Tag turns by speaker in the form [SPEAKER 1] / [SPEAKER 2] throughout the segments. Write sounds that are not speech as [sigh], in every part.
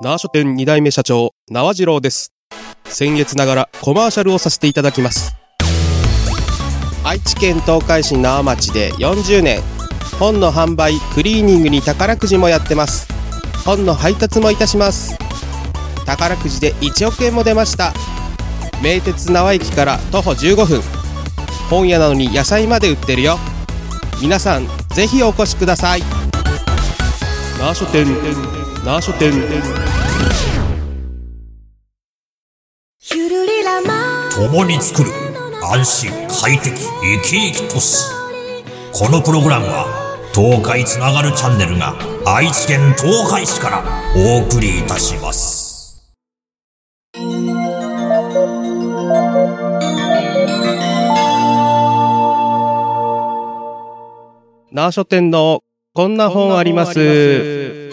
[SPEAKER 1] 縄書店2代目社長、縄次郎です。先月ながらコマーシャルをさせていただきます。愛知県東海市縄町で40年、本の販売、クリーニングに宝くじもやってます。本の配達もいたします。宝くじで1億円も出ました。名鉄縄駅から徒歩15分。本屋なのに野菜まで売ってるよ。皆さん、ぜひお越しください。縄書店、縄書店。
[SPEAKER 2] ゆるりらま
[SPEAKER 3] 共に作る安心快適生き生き都市このプログラムは東海つながるチャンネルが愛知県東海市からお送りいたします
[SPEAKER 1] 縄書店のこんな本あります。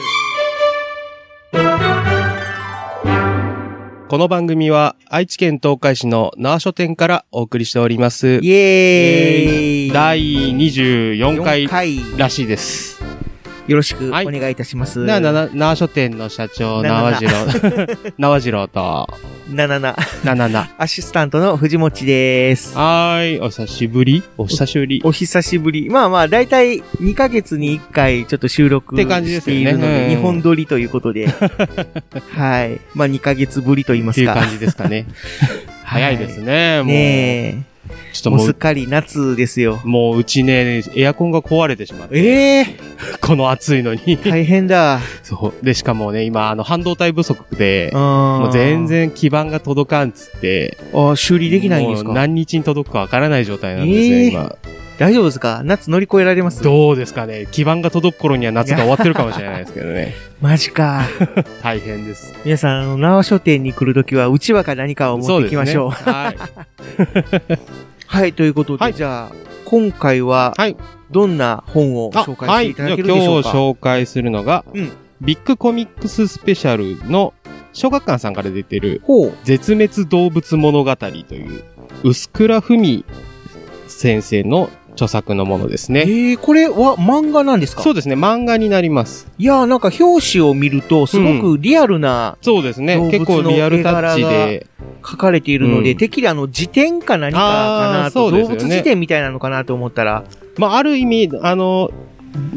[SPEAKER 1] この番組は愛知県東海市の縄書店からお送りしております。
[SPEAKER 4] イエーイ
[SPEAKER 1] 第24回
[SPEAKER 4] 四回
[SPEAKER 1] らしいです。
[SPEAKER 4] よろしくお
[SPEAKER 1] はい
[SPEAKER 4] 願いいたします。
[SPEAKER 1] な、な、な、縄書店の社長、
[SPEAKER 4] な
[SPEAKER 1] 縄
[SPEAKER 4] なな
[SPEAKER 1] 次 [laughs] 郎。縄次郎と、
[SPEAKER 4] ななな。
[SPEAKER 1] ななな。
[SPEAKER 4] アシスタントの藤持です。
[SPEAKER 1] はーい、お久しぶりお久しぶり。
[SPEAKER 4] お久しぶり。まあまあ、だいたい2ヶ月に1回ちょっと収録
[SPEAKER 1] って感じで
[SPEAKER 4] し
[SPEAKER 1] す
[SPEAKER 4] て
[SPEAKER 1] よね
[SPEAKER 4] いるの
[SPEAKER 1] うん
[SPEAKER 4] で、日本撮りというこ
[SPEAKER 1] [laughs]
[SPEAKER 4] とで。はい。まあ2ヶ月ぶりと言いま
[SPEAKER 1] って
[SPEAKER 4] す
[SPEAKER 1] いう
[SPEAKER 4] か。
[SPEAKER 1] 感じですかね。早いですね、も
[SPEAKER 4] ね
[SPEAKER 1] う。ちょっ
[SPEAKER 4] え。
[SPEAKER 1] と
[SPEAKER 4] もう
[SPEAKER 1] も
[SPEAKER 4] す
[SPEAKER 1] う、
[SPEAKER 4] っかり夏ですよ。
[SPEAKER 1] もううちね、エアコンが壊れてしまって。
[SPEAKER 4] ええ
[SPEAKER 1] この暑いのに。
[SPEAKER 4] 大変だ。
[SPEAKER 1] そう。で、しかもね、今、あの、半導体不足で、も
[SPEAKER 4] も
[SPEAKER 1] う全。然基盤が届かんっつって、
[SPEAKER 4] あ修理できないんです
[SPEAKER 1] もう
[SPEAKER 4] か
[SPEAKER 1] 何日に届くかわからない状態なんですよ、
[SPEAKER 4] えー
[SPEAKER 1] 今。
[SPEAKER 4] 大丈夫ですか夏乗り越えられます
[SPEAKER 1] どうですかね基盤が届く頃には夏が終わってるかもしれないですけどね。
[SPEAKER 4] マジか。
[SPEAKER 1] [laughs] 大変です。
[SPEAKER 4] 皆さん、あの、縄書店に来るときは、うちわか何かを持ってきましょう。
[SPEAKER 1] そですねはい。
[SPEAKER 4] はい、ということで、
[SPEAKER 1] はい
[SPEAKER 4] じゃあ、今回は、
[SPEAKER 1] はい
[SPEAKER 4] どんな本を紹
[SPEAKER 1] あは
[SPEAKER 4] 介し
[SPEAKER 1] い。じ
[SPEAKER 4] ていた
[SPEAKER 1] ゃあ
[SPEAKER 4] だけ
[SPEAKER 1] 今日
[SPEAKER 4] るでしょうか。
[SPEAKER 1] 紹介するのが、
[SPEAKER 4] うん
[SPEAKER 1] ビッグコミックススペシャルの小学館さんから出てる、
[SPEAKER 4] ほう。
[SPEAKER 1] 絶滅動物物語という、薄倉文先生の著作のものですね。
[SPEAKER 4] えー、これは漫画なんですか
[SPEAKER 1] そうですね、漫画になります。
[SPEAKER 4] いやー、なんか表紙を見ると、すごくリアルな
[SPEAKER 1] そうですね
[SPEAKER 4] 動、物
[SPEAKER 1] 結
[SPEAKER 4] の
[SPEAKER 1] 構リアルタッチで、
[SPEAKER 4] 書かれているので、
[SPEAKER 1] うん
[SPEAKER 4] てっきりあの、辞典か何かか
[SPEAKER 1] あー
[SPEAKER 4] な
[SPEAKER 1] そ
[SPEAKER 4] と、
[SPEAKER 1] うです
[SPEAKER 4] 動
[SPEAKER 1] よね
[SPEAKER 4] 物辞典みたいなのかなと思ったら、
[SPEAKER 1] まあ、ある意味、あの、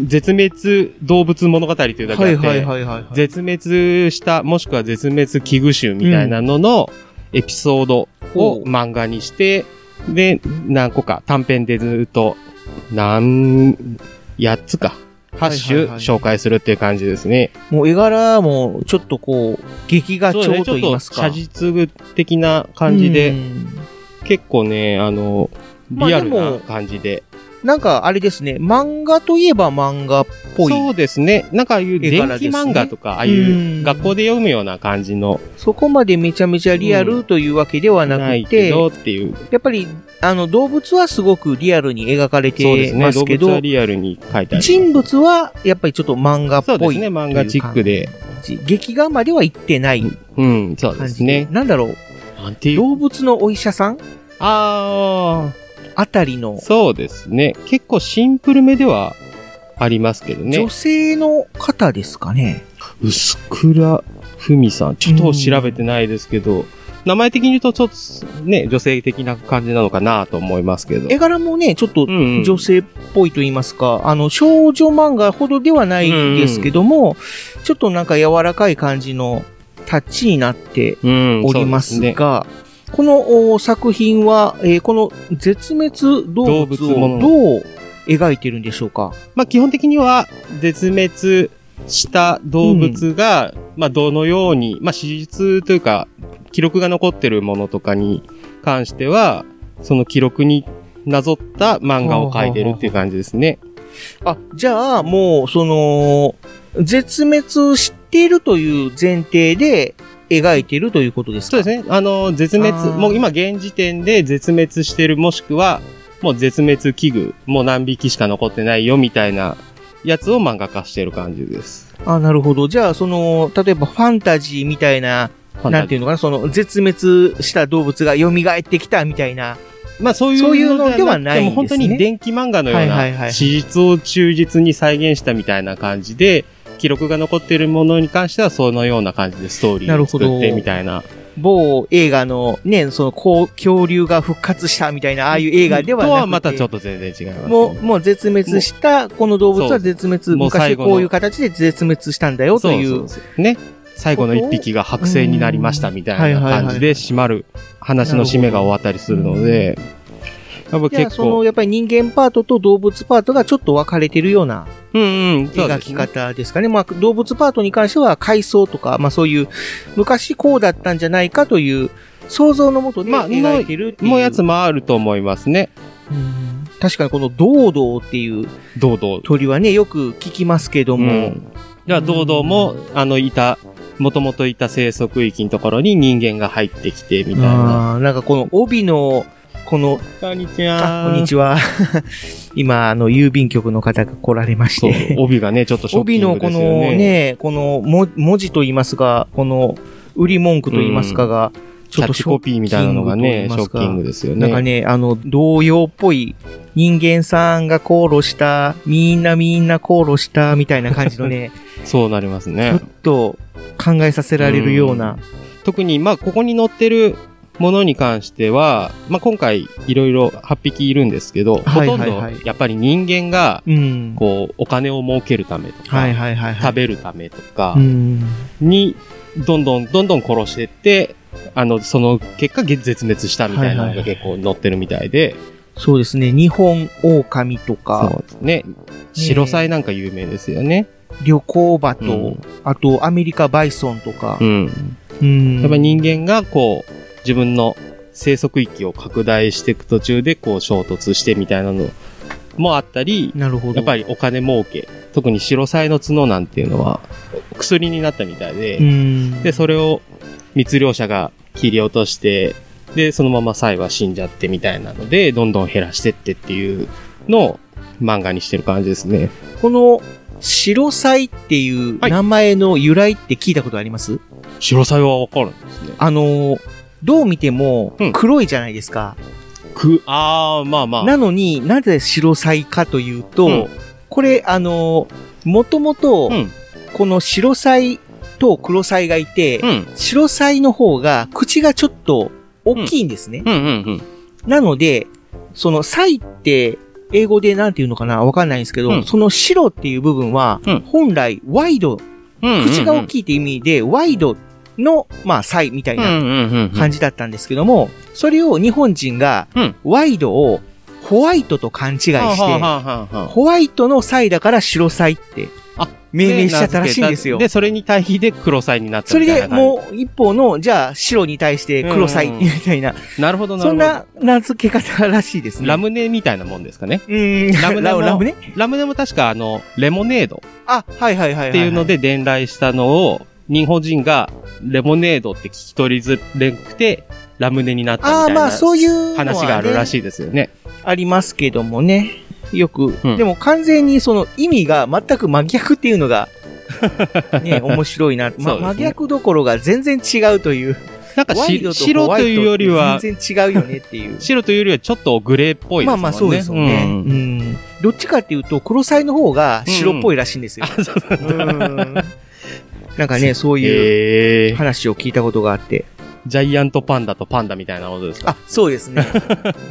[SPEAKER 1] 絶滅動物物語というだけあっ
[SPEAKER 4] は
[SPEAKER 1] て、
[SPEAKER 4] いはいはいはい、はい。
[SPEAKER 1] 絶滅した、もしくは絶滅危惧種みたいなののエピソードを
[SPEAKER 4] ほう
[SPEAKER 1] 漫画にして、で、何個か短編でずっと、何、八つか、8種
[SPEAKER 4] はいはいはい
[SPEAKER 1] 紹介するっていう感じですね。
[SPEAKER 4] もう絵柄も、ちょっとこう、劇画調
[SPEAKER 1] そうね、ち
[SPEAKER 4] と
[SPEAKER 1] ょっ
[SPEAKER 4] 言い
[SPEAKER 1] と
[SPEAKER 4] ますか。
[SPEAKER 1] 写実的な感じ
[SPEAKER 4] う
[SPEAKER 1] で、
[SPEAKER 4] ん
[SPEAKER 1] 結構ね、あの、
[SPEAKER 4] まあ
[SPEAKER 1] リアル
[SPEAKER 4] で
[SPEAKER 1] な
[SPEAKER 4] も
[SPEAKER 1] 感じで。
[SPEAKER 4] なんか、あれですね、漫画といえば漫画っぽい。
[SPEAKER 1] そうですね。なんかああいう電
[SPEAKER 4] 絵柄
[SPEAKER 1] 気
[SPEAKER 4] ですね
[SPEAKER 1] 漫画とか、ああいううん学校で読むような感じの
[SPEAKER 4] そこまでめちゃめちゃリアルというわけではな
[SPEAKER 1] ない
[SPEAKER 4] く
[SPEAKER 1] け
[SPEAKER 4] て、
[SPEAKER 1] どっていう。
[SPEAKER 4] やっぱりあの動物はすごくリアルに描かれ
[SPEAKER 1] そうで
[SPEAKER 4] て
[SPEAKER 1] すね。
[SPEAKER 4] ます
[SPEAKER 1] 動
[SPEAKER 4] け
[SPEAKER 1] 物
[SPEAKER 4] ど、
[SPEAKER 1] はリアルに書いてある。
[SPEAKER 4] 人物はやっぱりちょっと漫画っ
[SPEAKER 1] そうで
[SPEAKER 4] ぽい
[SPEAKER 1] すね。漫画チックで。
[SPEAKER 4] 劇画までは行ってない感
[SPEAKER 1] うん、そう
[SPEAKER 4] じ。
[SPEAKER 1] ですね。
[SPEAKER 4] なんだろう、
[SPEAKER 1] なんていう。
[SPEAKER 4] 動物のお医者さん
[SPEAKER 1] あ
[SPEAKER 4] あたり
[SPEAKER 1] あ、
[SPEAKER 4] の、
[SPEAKER 1] そうですね。結構シンプルめではありますけどね
[SPEAKER 4] 女。性の方ですかね。
[SPEAKER 1] 薄倉文さん。ちょっと調べてないですけど、名前的に言うとちょっとね、女性的な感じなのかなと思いますけど。
[SPEAKER 4] 絵柄もね、ちょっと
[SPEAKER 1] うんうん
[SPEAKER 4] 女性っぽいと言いますか、あの少女漫画ほどではないんですけども、ちょっとなんか柔らかい感じのタッチになって
[SPEAKER 1] うん
[SPEAKER 4] おります
[SPEAKER 1] そうでね
[SPEAKER 4] が、このお作品は、えーこの絶滅動
[SPEAKER 1] 動
[SPEAKER 4] 物
[SPEAKER 1] 物もの
[SPEAKER 4] をどう描いてるんでしょうか
[SPEAKER 1] まあ基本的には絶滅した動物が、まあどのように、まあ史実というか、記録が残ってるものとかに関しては、その記録になぞった漫画を描いてるっていう感じですね。
[SPEAKER 4] あ、じゃあもう、その、絶滅しているという前提で描いてるということですか
[SPEAKER 1] そうですね。あの、絶滅
[SPEAKER 4] あ、ー
[SPEAKER 1] もう今現時点で絶滅してるもしくは、もう絶滅危惧、もう何匹しか残ってないよみたいなやつを漫画化してる感じです。
[SPEAKER 4] あ、なるほど。じゃあ、その、例えばファンタジーみたいな、なんていうのかな、その、絶滅した動物が蘇ってきたみたいな。
[SPEAKER 1] まあそういう
[SPEAKER 4] そういうのではないん
[SPEAKER 1] も
[SPEAKER 4] ですね
[SPEAKER 1] う本当に電気漫画のよう
[SPEAKER 4] はいはいは
[SPEAKER 1] な、
[SPEAKER 4] い
[SPEAKER 1] 史実を忠実に再現したみたいな感じで、記録が残っているものに関しては、そのような感じでストーリ
[SPEAKER 4] な
[SPEAKER 1] ー
[SPEAKER 4] る
[SPEAKER 1] を
[SPEAKER 4] ほ
[SPEAKER 1] 作
[SPEAKER 4] ど
[SPEAKER 1] ってみたいな。
[SPEAKER 4] 某映画のね、そのこう恐竜が復活したみたいな、ああいう映画ではなくて。
[SPEAKER 1] とはまたちょっと全然違います、ね。
[SPEAKER 4] もう、もう絶滅した、この動物は絶滅、
[SPEAKER 1] もう最
[SPEAKER 4] 昔
[SPEAKER 1] 後の
[SPEAKER 4] こういう形で絶滅したんだよという。
[SPEAKER 1] そうそうそうね。最後の一匹が剥製になりましたみた
[SPEAKER 4] はいいは
[SPEAKER 1] ない
[SPEAKER 4] はい
[SPEAKER 1] 感じで締まる、話の締めが終わったりするので、やっぱ
[SPEAKER 4] じゃあ、
[SPEAKER 1] 結
[SPEAKER 4] その、
[SPEAKER 1] 構、
[SPEAKER 4] やっぱり人間パートと動物パートがちょっと分かれてるような
[SPEAKER 1] うんうん、そうで
[SPEAKER 4] 描
[SPEAKER 1] す
[SPEAKER 4] き
[SPEAKER 1] ね
[SPEAKER 4] 方ですかね。まあ、動物パートに関しては、階層とか、まあそういう、昔こうだったんじゃないかという、想像のもとで
[SPEAKER 1] まあ
[SPEAKER 4] 描いてるっていう。
[SPEAKER 1] もうやつもあると思いますね。
[SPEAKER 4] うん確かにこの、堂々っていう
[SPEAKER 1] 堂々。
[SPEAKER 4] 鳥はね、よく聞きますけど
[SPEAKER 1] う
[SPEAKER 4] も、
[SPEAKER 1] ん。じゃあ、堂々も、あの、いた、もともといた生息域のところに人間が入ってきて、みたいな。
[SPEAKER 4] あーなんかこの帯の、この、
[SPEAKER 1] こんにち
[SPEAKER 4] あ、こんにちは。 [laughs] 今、あの、郵便局の方が来られまし
[SPEAKER 1] そう
[SPEAKER 4] て。、
[SPEAKER 1] 帯がね、ちょっとショッキ
[SPEAKER 4] 帯
[SPEAKER 1] ン
[SPEAKER 4] の
[SPEAKER 1] グで
[SPEAKER 4] こ
[SPEAKER 1] す
[SPEAKER 4] の
[SPEAKER 1] よね。
[SPEAKER 4] ね、このも文字と言いますか、この売り文句と言いますかが、
[SPEAKER 1] キャッチコピーみたいなのがね、ショッキン
[SPEAKER 4] グ
[SPEAKER 1] グですよ
[SPEAKER 4] と言いますか。なんか
[SPEAKER 1] ね。
[SPEAKER 4] ね、あの、童謡っぽい、人間さんが航路した、みんなみんな航路した、みたいな感じのね、
[SPEAKER 1] そうなります
[SPEAKER 4] ち
[SPEAKER 1] ね
[SPEAKER 4] ょっ。と考えさせられるような。
[SPEAKER 1] 特に、まあ、ここに載ってるものに関しては、まあ、今回、いろいろ8匹いるんですけど、
[SPEAKER 4] はいはいはい
[SPEAKER 1] ほとんど、やっぱり人間が、
[SPEAKER 4] うん。
[SPEAKER 1] こう、お金を儲けるためとか、
[SPEAKER 4] はいはいはいはい。
[SPEAKER 1] 食べるためとか
[SPEAKER 4] う、ん。
[SPEAKER 1] に、どんどん、どんどん殺してって、あの、その結果、げ絶滅したみたいなのが結構載ってるみたいで、
[SPEAKER 4] そうですね、日本狼とか。
[SPEAKER 1] そうですね。白菜なんか有名ですよね。
[SPEAKER 4] 旅行馬と、
[SPEAKER 1] うん
[SPEAKER 4] あとアメリカバイソンとか
[SPEAKER 1] う、ん。
[SPEAKER 4] うん
[SPEAKER 1] やっぱり人間がこう、自分の生息域を拡大していく途中でこう衝突してみたいなのもあったり、
[SPEAKER 4] なるほど。
[SPEAKER 1] やっぱ
[SPEAKER 4] り、
[SPEAKER 1] りお金儲け、特に白菜の角なんていうのは薬になったみたいで、
[SPEAKER 4] うん、
[SPEAKER 1] で、それを密漁者が切り落として、で、そのまま菜は死んじゃってみたいなので、どんどん減らしてってっていうのを漫画にしてる感じですね。
[SPEAKER 4] この、白菜っていう
[SPEAKER 1] はい
[SPEAKER 4] 名前の由来って聞いたことあります、
[SPEAKER 1] 白菜はわかるんですね。
[SPEAKER 4] あのー、どう見ても
[SPEAKER 1] うん
[SPEAKER 4] 黒いじゃないですか。
[SPEAKER 1] く、あー、まあまあ。
[SPEAKER 4] なのになぜ白菜かというと、
[SPEAKER 1] うん
[SPEAKER 4] これあのー、もともと
[SPEAKER 1] う、ん。
[SPEAKER 4] この白菜と黒菜がいて、
[SPEAKER 1] うん。
[SPEAKER 4] 白菜の方が口がちょっと大きいんですね。
[SPEAKER 1] うんうんうん。
[SPEAKER 4] なので、その、サイって、英語でなんていうのかなわかんないんですけど、
[SPEAKER 1] うん
[SPEAKER 4] その白っていう部分は
[SPEAKER 1] うん、
[SPEAKER 4] 本来、ワイド、口が大きいって意味で、ワイドの、まあ、サイみたいな感じだったんですけども、それを日本人が
[SPEAKER 1] うん、
[SPEAKER 4] ワイドをホワイトと勘違いして、ホワイトのサイだから白サイって
[SPEAKER 1] あ、
[SPEAKER 4] 命名しちゃったらしいんですよ
[SPEAKER 1] で、。それに対比で黒菜になった
[SPEAKER 4] そ
[SPEAKER 1] み
[SPEAKER 4] れ
[SPEAKER 1] たいな
[SPEAKER 4] で
[SPEAKER 1] 感じ。
[SPEAKER 4] もう一方の、じゃあ白に対して黒サイみたいな、
[SPEAKER 1] う、なるほどなる
[SPEAKER 4] そ
[SPEAKER 1] ほ
[SPEAKER 4] ん
[SPEAKER 1] ど。
[SPEAKER 4] な名付け方らしいですね。
[SPEAKER 1] ラムネみたいなもんですかね。
[SPEAKER 4] うん、
[SPEAKER 1] ラ
[SPEAKER 4] ラ
[SPEAKER 1] ム
[SPEAKER 4] ム
[SPEAKER 1] ネも
[SPEAKER 4] ラムね
[SPEAKER 1] ラムネも確かあの、レモネード
[SPEAKER 4] あ、はいはいはいはは。
[SPEAKER 1] っていうので伝来したのを、日本人がレモネードって聞き取りづれんくて、ラムネになったみたいな。
[SPEAKER 4] あーまあそういうのはね
[SPEAKER 1] 話があるらしいですよね。
[SPEAKER 4] ありますけどもね。よく、
[SPEAKER 1] うん
[SPEAKER 4] でも完全にその意味が全く真逆っていう
[SPEAKER 1] [laughs]
[SPEAKER 4] のが、ね、面白いな、
[SPEAKER 1] そう
[SPEAKER 4] ま。
[SPEAKER 1] ですね
[SPEAKER 4] 真逆どころが全然違うという。
[SPEAKER 1] なんか
[SPEAKER 4] ワイド
[SPEAKER 1] し
[SPEAKER 4] とホ
[SPEAKER 1] 白
[SPEAKER 4] ワ
[SPEAKER 1] と
[SPEAKER 4] イト
[SPEAKER 1] いうよりは、
[SPEAKER 4] 全然違うよねっていう。
[SPEAKER 1] 白というよりはちょっとグレーっぽいですもんね。
[SPEAKER 4] まあまあそうですよね、うん
[SPEAKER 1] うん
[SPEAKER 4] どっちかっていうと、黒菜の方が白っぽいらしいんですよ。うんなんかね、そういう
[SPEAKER 1] へー
[SPEAKER 4] 話を聞いたことがあって。
[SPEAKER 1] ジャイアントパンダとパンダみたいなことですか
[SPEAKER 4] あ、そうで
[SPEAKER 1] [laughs]
[SPEAKER 4] すね。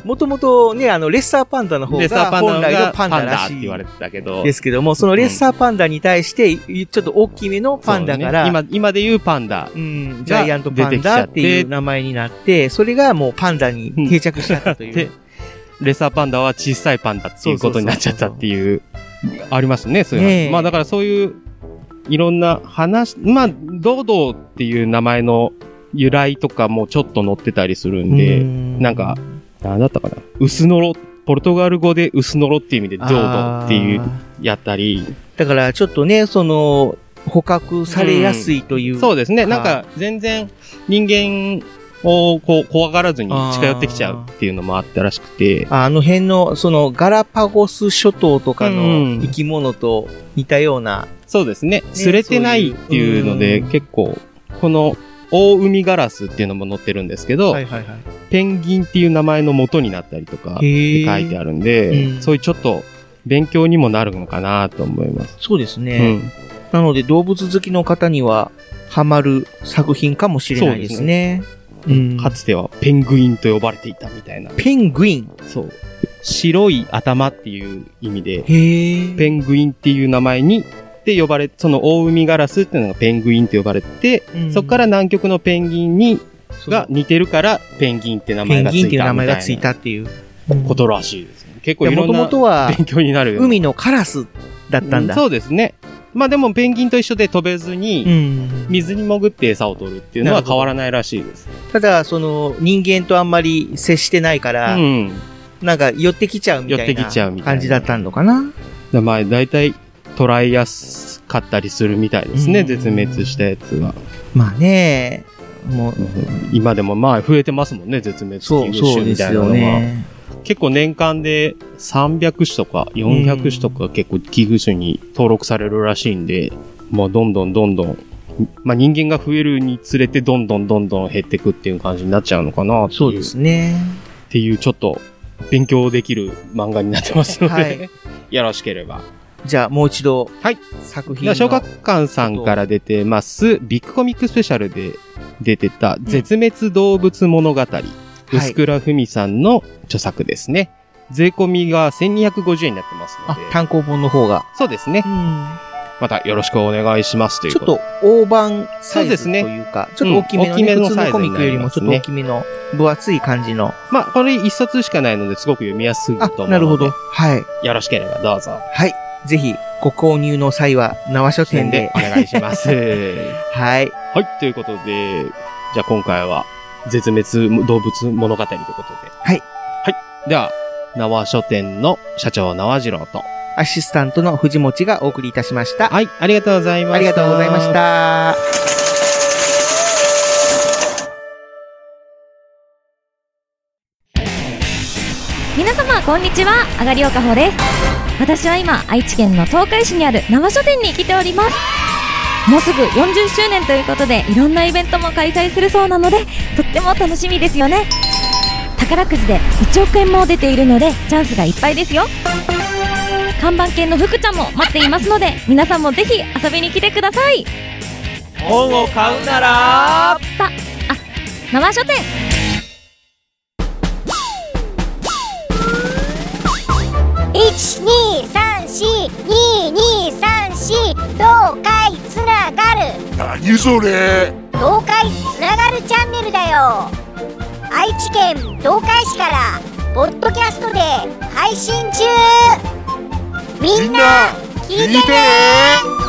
[SPEAKER 4] もともとね、あの、レッサーパンダの方
[SPEAKER 1] レッサー
[SPEAKER 4] が
[SPEAKER 1] パンダ
[SPEAKER 4] 本来
[SPEAKER 1] が
[SPEAKER 4] の
[SPEAKER 1] パ
[SPEAKER 4] パ
[SPEAKER 1] ン
[SPEAKER 4] ン
[SPEAKER 1] ダ
[SPEAKER 4] ダ
[SPEAKER 1] ら
[SPEAKER 4] ら
[SPEAKER 1] しい
[SPEAKER 4] し
[SPEAKER 1] って
[SPEAKER 4] い
[SPEAKER 1] 言われてたけど。
[SPEAKER 4] ですけども、そのレッサーパンダに対して、いちょっと大きめのパンダから、
[SPEAKER 1] そうね今、今で言うパンダ。
[SPEAKER 4] うん、ジャイアントパンダっていう名前になって、それがもうパンダに定着しちゃったとい
[SPEAKER 1] で
[SPEAKER 4] う。、
[SPEAKER 1] レッサーパンダは小さいパンダっていうことになっちゃったっていう、ありますね、そういう話。
[SPEAKER 4] ねえ
[SPEAKER 1] まあだからそういう、いろんな話、まあ、堂々っていう名前の由来とかもちょっと載ってたりするんで、
[SPEAKER 4] うん
[SPEAKER 1] なんか、なんだったかな。薄のろ、ポルトガル語で薄のろっていう意味で堂々ってい
[SPEAKER 4] あ
[SPEAKER 1] う、
[SPEAKER 4] ー
[SPEAKER 1] やったり、
[SPEAKER 4] だからちょっとね、その、捕獲されやすいという。
[SPEAKER 1] そうですね。
[SPEAKER 4] はい
[SPEAKER 1] なんか、全然、人間を、こう、怖がらずに近寄ってきちゃうっていうのもあったらしくて、
[SPEAKER 4] あの辺の、その、ガラパゴス諸島とか
[SPEAKER 1] うん
[SPEAKER 4] の生き物と似たような、
[SPEAKER 1] そうですね。釣れてないっていうので、
[SPEAKER 4] そういううん
[SPEAKER 1] 結構、この、大海ガラスっていうのも載ってるんですけど、
[SPEAKER 4] はいはいはい。
[SPEAKER 1] ペンギンっていう名前の元になったりとか、っ
[SPEAKER 4] へ
[SPEAKER 1] て
[SPEAKER 4] ー
[SPEAKER 1] 書いてあるんで、
[SPEAKER 4] うん
[SPEAKER 1] そういうちょっと、勉強にもなるのかなと思います。
[SPEAKER 4] そうですね。
[SPEAKER 1] うん。
[SPEAKER 4] なので動物好きの方にはハマる作品かもしれないですね。うん
[SPEAKER 1] かつてはペングインと呼ばれていたみたいな。
[SPEAKER 4] ペングイン。
[SPEAKER 1] そう。白い頭っていう意味で、
[SPEAKER 4] へえ。
[SPEAKER 1] ペングインっていう名前に、で呼ばれ、その大海ガラスっていうのがペングインって呼ばれて、
[SPEAKER 4] うん
[SPEAKER 1] そこから南極のペンギンに、
[SPEAKER 4] そう
[SPEAKER 1] が似てるから、ペンギンって名
[SPEAKER 4] ペ
[SPEAKER 1] 前
[SPEAKER 4] ン
[SPEAKER 1] がつ
[SPEAKER 4] ギンってい
[SPEAKER 1] いうた。
[SPEAKER 4] 名前がついた。っていう。
[SPEAKER 1] ことらしいですね。結構いろ
[SPEAKER 4] も
[SPEAKER 1] ん
[SPEAKER 4] とも
[SPEAKER 1] な
[SPEAKER 4] とは
[SPEAKER 1] 勉強になる。
[SPEAKER 4] 海のカラスだったんだ。
[SPEAKER 1] うそうですね。まあでもペンギンと一緒で飛べずに、
[SPEAKER 4] うん
[SPEAKER 1] 水に潜って餌を取るっていうの
[SPEAKER 4] な
[SPEAKER 1] は
[SPEAKER 4] るほど
[SPEAKER 1] 変わらないらしいです。
[SPEAKER 4] ただ、その、人間とあんまり接してないか
[SPEAKER 1] う
[SPEAKER 4] ら、
[SPEAKER 1] ん。
[SPEAKER 4] なんか寄ってきちゃうみたい
[SPEAKER 1] 寄ってきちゃうみ
[SPEAKER 4] な
[SPEAKER 1] たいな
[SPEAKER 4] 感じだったのかな。
[SPEAKER 1] だまあ大体捉えやすかったりするみたいですね、
[SPEAKER 4] うん
[SPEAKER 1] 絶滅したやつは。
[SPEAKER 4] まあね、もう、
[SPEAKER 1] 今でもまあ増えてますもんね、絶滅危
[SPEAKER 4] そ
[SPEAKER 1] 惧
[SPEAKER 4] う、そ
[SPEAKER 1] 種
[SPEAKER 4] うで
[SPEAKER 1] み
[SPEAKER 4] す
[SPEAKER 1] たいなの
[SPEAKER 4] よ
[SPEAKER 1] は。
[SPEAKER 4] ね。
[SPEAKER 1] 結構年間で300種とか400種とか結構危惧種に登録されるらしいんで、まあどんどんどんどん、まあ人間が増えるにつれてどんどんどんどん減ってくっていう感じになっちゃうのかなっていう
[SPEAKER 4] そうですね。
[SPEAKER 1] っていうちょっと勉強できる漫画になってますので、
[SPEAKER 4] はい
[SPEAKER 1] [laughs] よろしければ。
[SPEAKER 4] じゃあ、もう一度、
[SPEAKER 1] はい
[SPEAKER 4] 作
[SPEAKER 1] い
[SPEAKER 4] 品
[SPEAKER 1] や
[SPEAKER 4] の。
[SPEAKER 1] 小学館さんから出てます、ビッグコミックスペシャルで出てた、絶滅動物物語、薄倉文さんの著作ですね。税込みが1250円になってますの
[SPEAKER 4] あ
[SPEAKER 1] で、。
[SPEAKER 4] 単行本の方が。
[SPEAKER 1] そうですね。またよろしくお願いしますという
[SPEAKER 4] ちょ
[SPEAKER 1] こ
[SPEAKER 4] っ
[SPEAKER 1] と。
[SPEAKER 4] と大判サイ
[SPEAKER 1] そうで
[SPEAKER 4] ズ
[SPEAKER 1] す
[SPEAKER 4] と
[SPEAKER 1] ね
[SPEAKER 4] いうか、ちょっと大きめ
[SPEAKER 1] うん大
[SPEAKER 4] の,、ね
[SPEAKER 1] きめの
[SPEAKER 4] 普通
[SPEAKER 1] サイ
[SPEAKER 4] の
[SPEAKER 1] ズ
[SPEAKER 4] コ
[SPEAKER 1] に
[SPEAKER 4] ミ
[SPEAKER 1] なりますね
[SPEAKER 4] ックよりもちょっと大きめの分厚い感じの。
[SPEAKER 1] まあ、これ一冊しかないので、すごく読みやすいと思うの
[SPEAKER 4] あ、
[SPEAKER 1] で。
[SPEAKER 4] なるほど。。はい。
[SPEAKER 1] よろしければどうぞ。
[SPEAKER 4] はい。ぜひ、ご購入の際は、縄書店
[SPEAKER 1] 点
[SPEAKER 4] で
[SPEAKER 1] で。お願いし
[SPEAKER 4] [laughs]
[SPEAKER 1] ます。は
[SPEAKER 4] はい。
[SPEAKER 1] い、ということで、じゃあ今回は、絶滅動物物語ということで。
[SPEAKER 4] はい。
[SPEAKER 1] はい。では、縄書店の社長縄次郎と。
[SPEAKER 4] アシスタントの藤持がお送りいたしました。
[SPEAKER 1] はい、ありがとうございました。
[SPEAKER 4] ありがとうございました。
[SPEAKER 5] 皆様こんにちはあがりおかほです私は今愛知県の東海市にある縄書店に来ておりますもうすぐ40周年ということでいろんなイベントも開催するそうなのでとっても楽しみですよね宝くじで1億円も出ているのでチャンスがいっぱいですよ看板犬の福ちゃんも待っていますので皆さんもぜひ遊びに来てください
[SPEAKER 4] 本を買うなら
[SPEAKER 5] たあ縄書店
[SPEAKER 2] 12342234東海つながる
[SPEAKER 6] 何それ
[SPEAKER 2] 東海つながるチャンネルだよ愛知県東海市からポッドキャストで配信中みんな聞いてね